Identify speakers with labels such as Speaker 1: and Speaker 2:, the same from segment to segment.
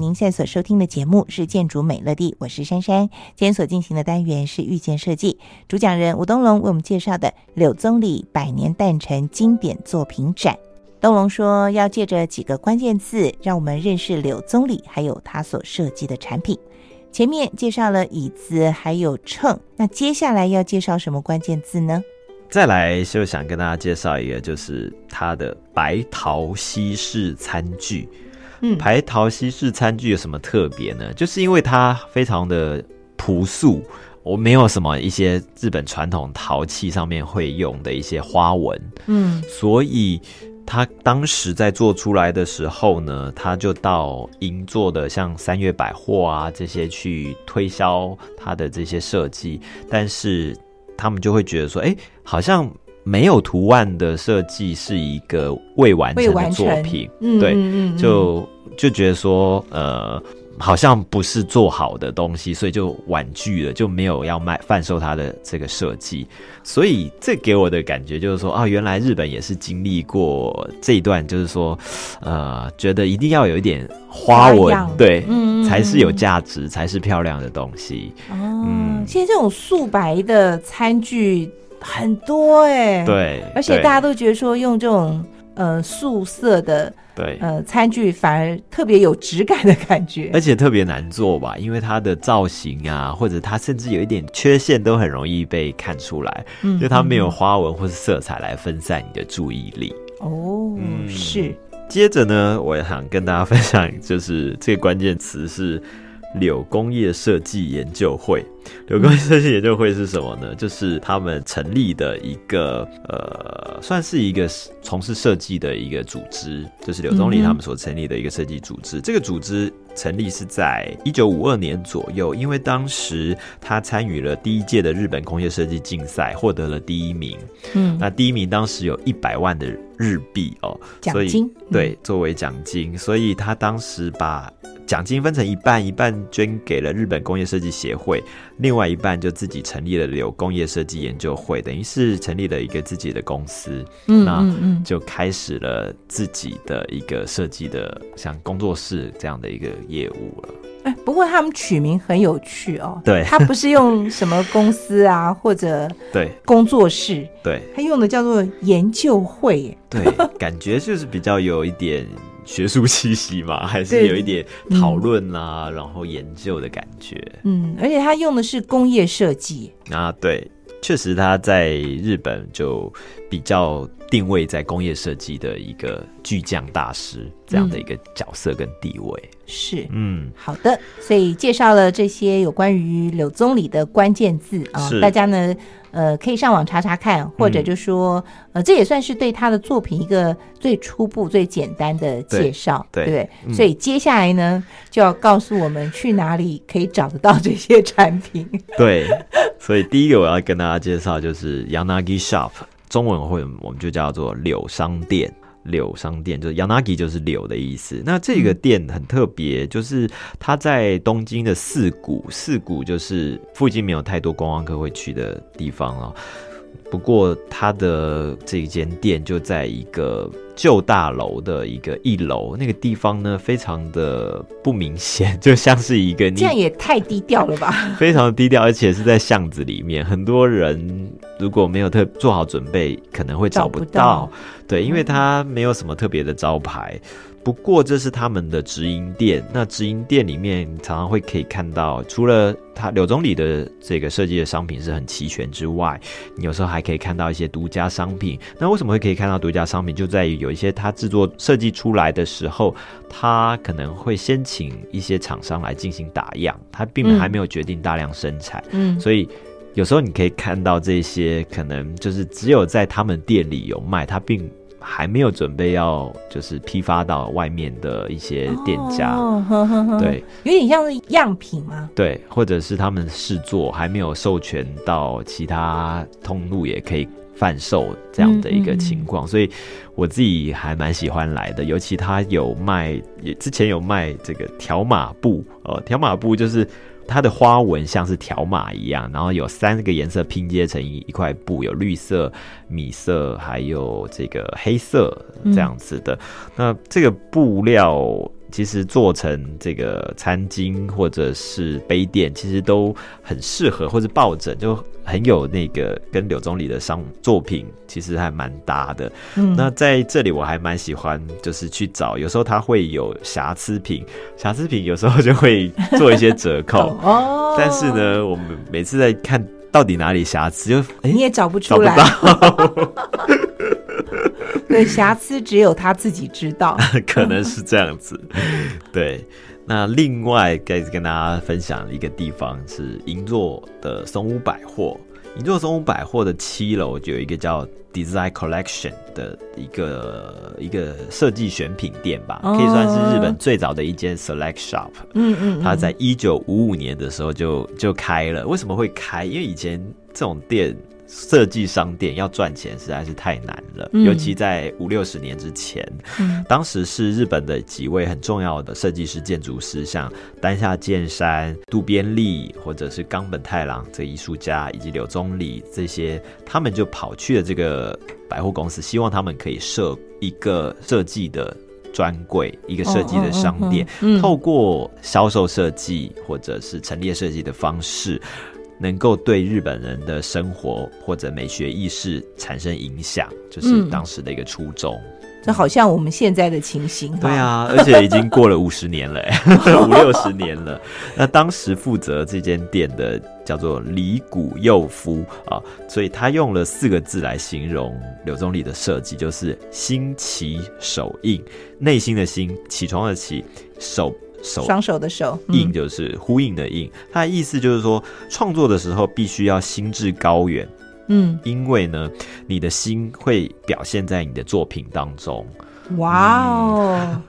Speaker 1: 您现在所收听的节目是《建筑美乐地》，我是珊珊。今天所进行的单元是遇见设计，主讲人吴东龙为我们介绍的柳宗理百年诞辰经典作品展。东龙说，要借着几个关键字，让我们认识柳宗理，还有他所设计的产品。前面介绍了椅子，还有秤，那接下来要介绍什么关键字呢？
Speaker 2: 再来就想跟大家介绍一个，就是它的白陶西式餐具。
Speaker 1: 嗯
Speaker 2: 白陶西式餐具有什么特别呢？就是因为它非常的朴素，我没有什么一些日本传统陶器上面会用的一些花纹，
Speaker 1: 嗯
Speaker 2: 所以它当时在做出来的时候呢，它就到银座的像三月百货啊这些去推销它的这些设计，但是他们就会觉得说，哎、好像没有图案的设计是一个未完
Speaker 1: 未
Speaker 2: 成的
Speaker 1: 完
Speaker 2: 作
Speaker 1: 成
Speaker 2: 品，
Speaker 1: 嗯
Speaker 2: 对
Speaker 1: 嗯嗯
Speaker 2: 就就觉得说，呃，好像不是做好的东西，所以就婉拒了，就没有要卖贩售它的这个设计。所以这给我的感觉就是说，啊，原来日本也是经历过这一段，就是说，呃，觉得一定要有一点花
Speaker 1: 花
Speaker 2: 纹
Speaker 1: 样，
Speaker 2: 对，
Speaker 1: 嗯
Speaker 2: 才是有
Speaker 1: 嗯
Speaker 2: 价值，才是漂亮的东西。
Speaker 1: 哦
Speaker 2: 嗯，
Speaker 1: 现在这种素白的餐具很多哎、，
Speaker 2: 对，
Speaker 1: 而且大家都觉得说用这种呃素色的
Speaker 2: 对。哎对
Speaker 1: 呃餐具反而特别有质感的感觉
Speaker 2: 而。且特别难做吧，因为它的造型啊，或者它甚至有一点缺陷，都很容易被看出来。
Speaker 1: 嗯
Speaker 2: 就它没有花纹或是色彩来分散你的注意力。
Speaker 1: 哦，
Speaker 2: 嗯
Speaker 1: 是
Speaker 2: 接着呢，我也想跟大家分享， 就是这个关键词是柳工业设计研究会。柳工业设计研究会是什么呢？就是他们成立的一个呃，算是一个从事设计的一个组织，就是柳宗
Speaker 1: 嗯
Speaker 2: 理
Speaker 1: 哼
Speaker 2: 他们所成立的一个设计组织。这个组织成立是在一九五二年左右，因为当时他参与了第一届的日本工业设计竞赛，获得了第一名。
Speaker 1: 嗯
Speaker 2: 那第一名当时有一百万的日币哦，
Speaker 1: 奖
Speaker 2: 所以
Speaker 1: 金嗯
Speaker 2: 对，作为奖金，所以他当时把奖金分成一半，一半捐给了日本工业设计协会，另外一半就自己成立了柳工业设计研究会，等于是成立了一个自己的公司，
Speaker 1: 嗯
Speaker 2: 那
Speaker 1: 嗯嗯
Speaker 2: 就开始了自己的一个设计的像工作室这样的一个业务了。
Speaker 1: 哎，不过他们取名很有趣哦。
Speaker 2: 对
Speaker 1: 他不是用什么公司啊或者
Speaker 2: 对
Speaker 1: 工作室，
Speaker 2: 对
Speaker 1: 他用的叫做研究会耶。
Speaker 2: 对，感觉就是比较有一点。学术气息嘛，
Speaker 1: 对
Speaker 2: 还是有一点讨论啦、然后研究的感觉。
Speaker 1: 嗯，而且他用的是工业设计。
Speaker 2: 啊，对，确实它在日本就比较定位在工业设计的一个巨匠大师这样的一个角色跟地位。
Speaker 1: 是，
Speaker 2: 嗯，
Speaker 1: 好的，所以介绍了这些有关于柳宗理的关键字啊，
Speaker 2: 是
Speaker 1: 大家呢，呃，可以上网查查看，或者就
Speaker 2: 嗯
Speaker 1: 说，呃，这也算是对他的作品一个最初步、最简单的介绍，
Speaker 2: 对嗯
Speaker 1: 不
Speaker 2: 对
Speaker 1: 对？所以接下来呢，就要告诉我们去哪里可以找得到这些产品。
Speaker 2: 对，所以第一个我要跟大家介绍就是 Yanagi Shop，中文会我们就叫做柳商店。柳商店就是 Yanagi，就是柳的意思。那这个店很特别，就是它在东京的四谷，四谷就是附近没有太多观光客会去的地方哦。不过它的这一间店就在一个旧大楼的一个一楼，那个地方呢非常的不明显， 就像是一个你
Speaker 1: 这样也太低调了吧？
Speaker 2: 非常低调，而且是在巷子里面。很多人如果没有特做好准备，可能会找不
Speaker 1: 找不到
Speaker 2: 对，因为它没有什么特别的招牌。不过这是他们的直营店，那直营店里面常常会可以看到，除了它柳宗理的这个设计的商品是很齐全之外，你有时候还可以看到一些独家商品。那为什么会可以看到独家商品？就在于有一些它制作设计出来的时候，它可能会先请一些厂商来进行打样，它并
Speaker 1: 嗯
Speaker 2: 还没有决定大量生产，
Speaker 1: 嗯，
Speaker 2: 所以。有时候你可以看到这些，可能就是只有在他们店里有卖，它并还没有准备要就是批发到外面的一些店家，
Speaker 1: 哦呵呵呵
Speaker 2: 对，
Speaker 1: 有点像是样品嘛。
Speaker 2: 对，或者是他们试做还没有授权到其他通路也可以贩售这样的一个情况，所以我自己还蛮喜欢来的。尤其他有卖，也之前有卖这个条码布，呃，条码布就是。它的花纹像是条码一样，然后有三个颜色拼接成一一块布，有绿色、米色，还有这个黑色这样子的。那这个布料其实做成这个餐巾或者是杯垫，其实都很适合，或者抱枕就很有那个跟柳宗理的商作品其实还蛮搭的。
Speaker 1: 嗯
Speaker 2: 那在这里我还蛮喜欢，就是去找，有时候它会有瑕疵品，瑕疵品有时候就会做一些 折扣，
Speaker 1: 哦
Speaker 2: 但是，呢，我们每次在看到底哪里瑕疵，就哎、
Speaker 1: 你也找不
Speaker 2: 找
Speaker 1: 出
Speaker 2: 不
Speaker 1: 来，
Speaker 2: 到，
Speaker 1: 对，瑕疵只有他自己知 道。
Speaker 2: 可能是这样子。对，那另外该跟大家分享一个地方是银座的松屋百货。银座松屋百货的七楼就有一个叫 Design Collection 的一个一个设计选品店吧，
Speaker 1: 哦
Speaker 2: 可以算是日本最早的一间 Select Shop。
Speaker 1: 嗯嗯嗯，
Speaker 2: 它在一九五五年的时候就就开了。为什么会开？因为以前这种店设计商店要赚钱实在是太难了，
Speaker 1: 嗯
Speaker 2: 尤其在五六十年之前。
Speaker 1: 嗯
Speaker 2: 当时是日本的几位很重要的设计师、建筑师，像丹下健山、渡边利或者是冈本太郎这艺术家，以及柳宗理这些，他们就跑去了这个百货公司，希望他们可以设一个设计的专柜，一个设计的商店。
Speaker 1: 嗯嗯嗯嗯
Speaker 2: 透过销售设计或者是陈列设计的方式，能够对日本人的生活或者美学意识产生影响，就是
Speaker 1: 嗯
Speaker 2: 当时的一个初衷。
Speaker 1: 这好像我们现在的情形。
Speaker 2: 对，啊，而且已经过了五十年了、欸， 五六十年了。那当时负责这间店的叫做李谷佑夫啊，所以他用了四个字来形容柳宗理的设计，就是“心奇手印”，内心的心，起床的起，手手
Speaker 1: 双手的手，嗯
Speaker 2: 印就是呼应的印。他的意思就是说，创作的时候必须要心智高远，
Speaker 1: 嗯，
Speaker 2: 因为呢，你的心会表现在你的作品当中。
Speaker 1: 哇哦，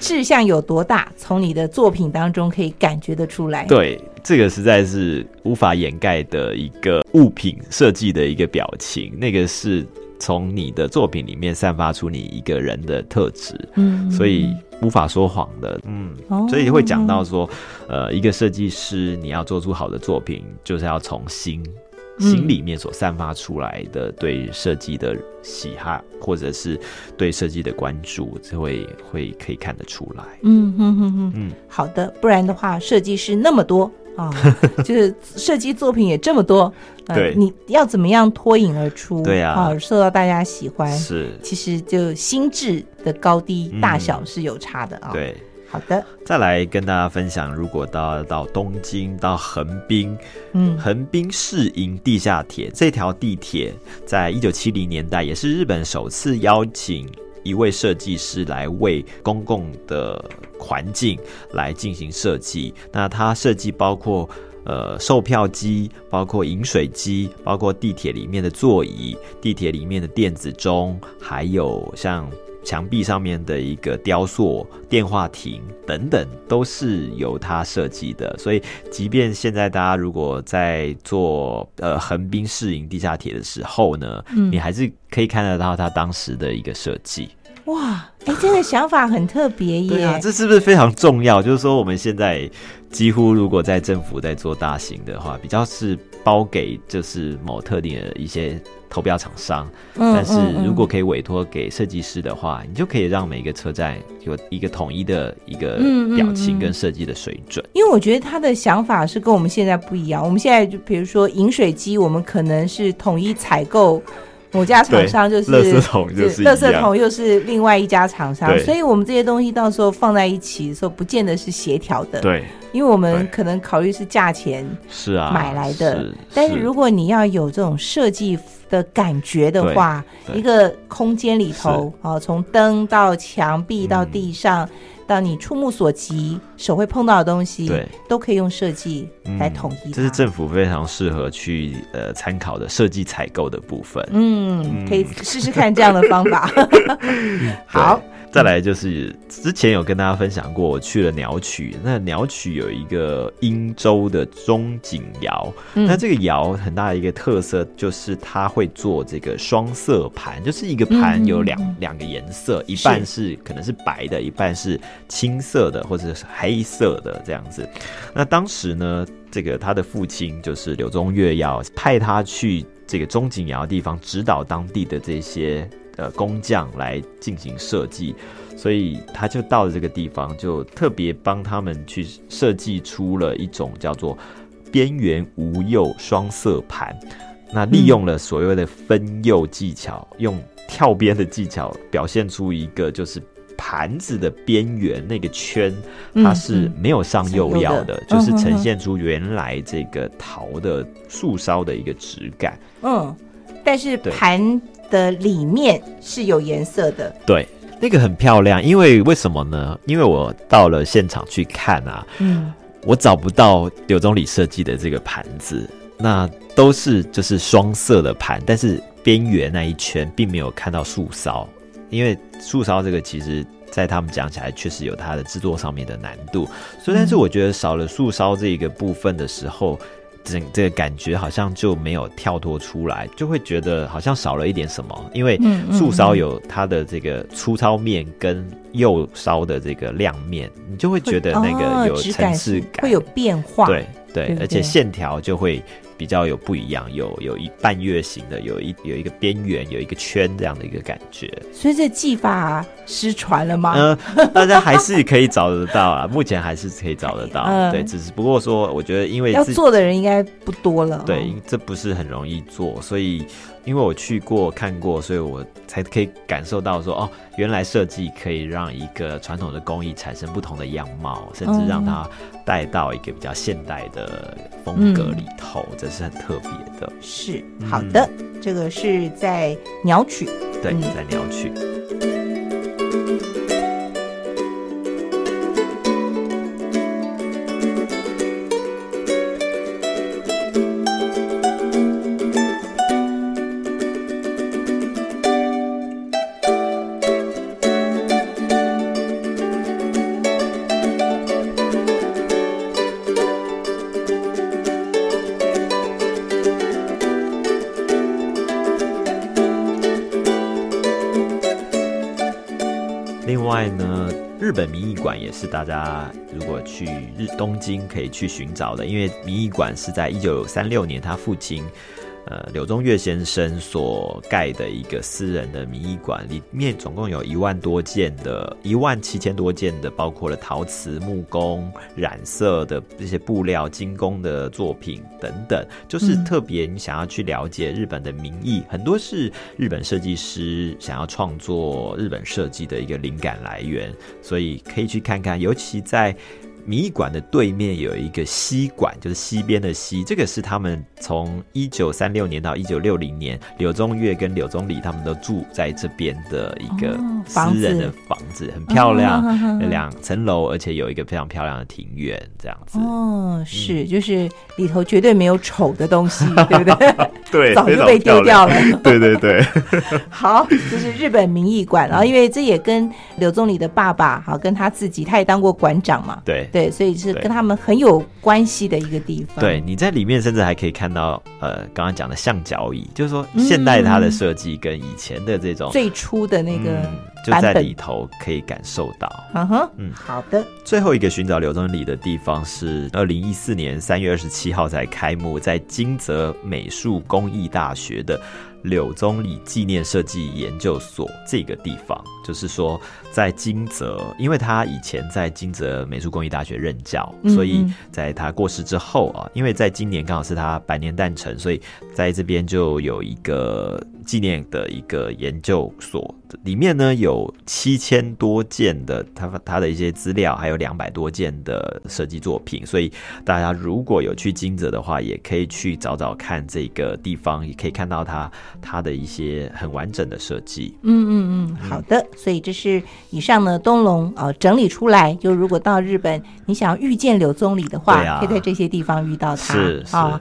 Speaker 1: 志向有多大，从你的作品当中可以感觉得出来。，
Speaker 2: 对，这个实在是无法掩盖的一个物品设计的一个表情，那个是从你的作品里面散发出你一个人的特质，
Speaker 1: 嗯
Speaker 2: 所以无法说谎的。嗯，
Speaker 1: 哦
Speaker 2: 所以会讲到说，呃，一个设计师你要做出好的作品，就是要从心。
Speaker 1: 嗯
Speaker 2: 心里面所散发出来的对设计的喜好，或者是对设计的关注，这会会可以看得出来。
Speaker 1: 嗯哼哼哼，
Speaker 2: 嗯
Speaker 1: 好的，不然的话，设计师那么多 啊，就是设计作品也这么多，呃
Speaker 2: 对
Speaker 1: 你要怎么样脱颖而出？
Speaker 2: 对啊
Speaker 1: 受到大家喜欢，
Speaker 2: 是，
Speaker 1: 其实就心智的高低大
Speaker 2: 嗯
Speaker 1: 小是有差的啊。，
Speaker 2: 对。
Speaker 1: 好的，
Speaker 2: 再来跟大家分享，如果到到东京到横滨，
Speaker 1: 嗯
Speaker 2: 横滨市营地下铁这条地铁，在一九七零年代也是日本首次邀请一位设计师来为公共的环境来进行设计。那它设计包括。呃，售票机，包括饮水机，包括地铁里面的座椅，地铁里面的电子钟，还有像墙壁上面的一个雕塑、电话亭等等，都是由他设计的。所以，即便现在大家如果在做呃横滨市营地下铁的时候呢，
Speaker 1: 嗯
Speaker 2: 你还是可以看得到他当时的一个设计。
Speaker 1: 哇，哎，这个想法很特别耶。
Speaker 2: 对啊，这是不是非常重要？就是说，我们现在几乎如果在政府在做大型的话，比较是包给就是某特定的一些投标厂商，
Speaker 1: 嗯
Speaker 2: 但是如果
Speaker 1: 嗯
Speaker 2: 可以委托给设计师的话，你就可以让每个车站有一个统一的一个
Speaker 1: 嗯嗯
Speaker 2: 表情跟
Speaker 1: 嗯
Speaker 2: 设计的水准。
Speaker 1: 因为我觉得他的想法是跟我们现在不一样。我们现在就比如说饮水机，我们可能是统一采购某家厂商，就是
Speaker 2: 垃圾桶就是一
Speaker 1: 垃圾
Speaker 2: 样
Speaker 1: 桶又是另外一家厂商，
Speaker 2: 对
Speaker 1: 所以我们这些东西到时候放在一起的时候，不见得是协调的。，
Speaker 2: 对，
Speaker 1: 因为我们
Speaker 2: 对
Speaker 1: 可能考虑是价钱，
Speaker 2: 是啊，
Speaker 1: 买来的
Speaker 2: 是
Speaker 1: 但是如果你要有这种设计的感觉的话，
Speaker 2: 对对
Speaker 1: 一个空间里头啊，从灯到墙壁
Speaker 2: 嗯
Speaker 1: 到地上，到你触目所及、手会碰到的东西，
Speaker 2: 对嗯
Speaker 1: 都可以用设计来统一、它。
Speaker 2: 这是政府非常适合去呃参考的设计采购的部分。
Speaker 1: 嗯，可以试试看这样的方 法。好，
Speaker 2: 对，再来就是之前有跟大家分享过，我去了鸟取，那鸟取有一个英州的中景窑，
Speaker 1: 嗯
Speaker 2: 那这个窑很大的一个特色就是它会做这个双色盘，就是一个盘
Speaker 1: 嗯
Speaker 2: 有两
Speaker 1: 嗯嗯
Speaker 2: 两、个颜色，一半是可能是白的，一半是青色的或者是黑色的这样子。那当时呢，这个他的父亲就是柳宗悦要派他去这个中景窑的地方指导当地的这些呃工匠来进行设计，所以他就到了这个地方，就特别帮他们去设计出了一种叫做边缘无釉双色盘。那利用了所谓的分釉技巧，用跳边的技巧表现出一个就是盘子的边缘那个圈，
Speaker 1: 嗯
Speaker 2: 它是没有上釉料的，
Speaker 1: 嗯
Speaker 2: 就是呈现出原来这个陶的素烧的一个质感。
Speaker 1: 嗯，但是
Speaker 2: 对
Speaker 1: 盘的里面是有颜色的，
Speaker 2: 对，那个很漂亮，因为为什么呢？因为我到了现场去看啊，
Speaker 1: 嗯，
Speaker 2: 我找不到柳宗理设计的这个盘子，那都是就是双色的盘，但是边缘那一圈并没有看到素烧，因为素烧这个其实。在他们讲起来，确实有它的制作上面的难度，所以但是我觉得少了素烧这一个部分的时候，整这个感觉好像就没有跳脱出来，就会觉得好像少了一点什么，因为
Speaker 1: 嗯嗯
Speaker 2: 素烧
Speaker 1: 嗯
Speaker 2: 有它的这个粗糙面跟釉烧的这个亮面，你就会觉得那个
Speaker 1: 哦
Speaker 2: 有
Speaker 1: 质
Speaker 2: 层
Speaker 1: 是
Speaker 2: 次
Speaker 1: 会有变化，
Speaker 2: 对
Speaker 1: 对
Speaker 2: 对
Speaker 1: 不，对
Speaker 2: 而且线条就会比较有不一样，有有一半月形的，有一有一个边缘，有一个圈这样的一个感觉。
Speaker 1: 所以这技法、失传了吗？
Speaker 2: 嗯、大家还是可以找得到啊，目前还是可以找得到。
Speaker 1: 嗯
Speaker 2: 对，只是不过说，我觉得因为
Speaker 1: 要
Speaker 2: 自己
Speaker 1: 做的人应该不多了、哦
Speaker 2: 对，因，这不是很容易做，所以因为我去过看过，所以我才可以感受到说，哦，原来设计可以让一个传统的工艺产生不同的样貌，甚至让它带到一个比较现代的风格里头，这是很特别的。
Speaker 1: 是
Speaker 2: 嗯
Speaker 1: 好的。这个是在鸟取，
Speaker 2: 对，
Speaker 1: 嗯
Speaker 2: 在鸟取，另外呢，日本民艺馆也是大家如果去日东京可以去寻找的，因为民艺馆是在一九三六年他父亲。呃，柳宗悦先生所盖的一个私人的民艺馆，里面总共有一万多件的，一万七千多件的，包括了陶瓷、木工、染色的这些布料、精工的作品等等，就是
Speaker 1: 嗯
Speaker 2: 特别你想要去了解日本的民艺，很多是日本设计师想要创作日本设计的一个灵感来源，所以可以去看看，尤其在。民艺馆的对面有一个西馆，就是西边的西，这个是他们从一九三六年到一九六零年，柳宗悦跟柳宗理他们都住在这边的一个
Speaker 1: 哦房
Speaker 2: 私人的
Speaker 1: 子
Speaker 2: 房子，很漂亮，
Speaker 1: 哦
Speaker 2: 有两层楼，而且有一个非常漂亮的庭院，这样子。
Speaker 1: 哦，
Speaker 2: 嗯
Speaker 1: 是，就是里头绝对没有丑的东 西，对不对？
Speaker 2: 对
Speaker 1: 早就被丢掉了。
Speaker 2: 对对对，
Speaker 1: 好，这是日本民艺馆，然啊后因为这也跟柳宗理的爸爸，好跟他自己，他也当过馆长嘛，
Speaker 2: 对
Speaker 1: 对，所以是
Speaker 2: 对
Speaker 1: 跟他们很有关系的一个地方。
Speaker 2: 对，，你在里面甚至还可以看到，呃，刚刚讲的橡胶椅，就是说
Speaker 1: 嗯
Speaker 2: 现代它的设计跟以前的这种，
Speaker 1: 最初的那个，
Speaker 2: 嗯就
Speaker 1: 版
Speaker 2: 在
Speaker 1: 本
Speaker 2: 里头可以感受到。
Speaker 1: 嗯哼，
Speaker 2: 嗯
Speaker 1: 好的，
Speaker 2: 最后一个寻找柳宗理的地方是二零一四年三月二十七号才开幕，在金泽美术工艺大学的柳宗理纪念设计研究所这个地方，就是说在金泽，因为他以前在金泽美术工艺大学任教，
Speaker 1: 嗯
Speaker 2: 所以
Speaker 1: 嗯
Speaker 2: 在他过世之后啊，因为在今年刚好是他百年诞辰，所以在这边就有一个纪念的一个研究所，里面呢有七千多件的他他的一些资料，还有两百多件的设计作品，所以大家如果有去金泽的话，也可以去找找看这个地方，也可以看到它它的一些很完整的设计。
Speaker 1: 嗯嗯嗯，好的，所以这是以上呢东龙呃整理出来，就如果到日本，你想要遇见柳宗理的话，
Speaker 2: 对啊
Speaker 1: 哦可以在这些地方遇到他。
Speaker 2: 是是
Speaker 1: 啊